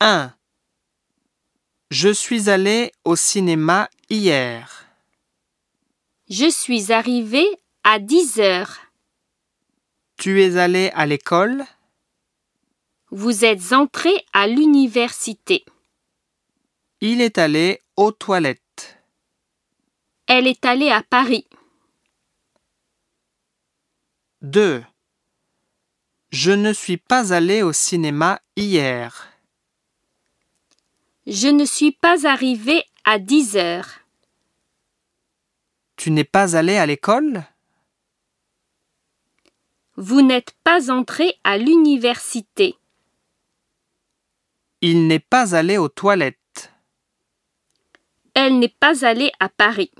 1. Je suis allé au cinéma hier. Je suis arrivé à 10 heures. Tu es allé à l'école Vous êtes entré à l'université. Il est allé aux toilettes. Elle est allée à Paris. 2. Je ne suis pas allé au cinéma hier. Je ne suis pas arrivé à 10 heures. Tu n'es pas allé à l'école Vous n'êtes pas entré à l'université. Il n'est pas allé aux toilettes. Elle n'est pas allée à Paris.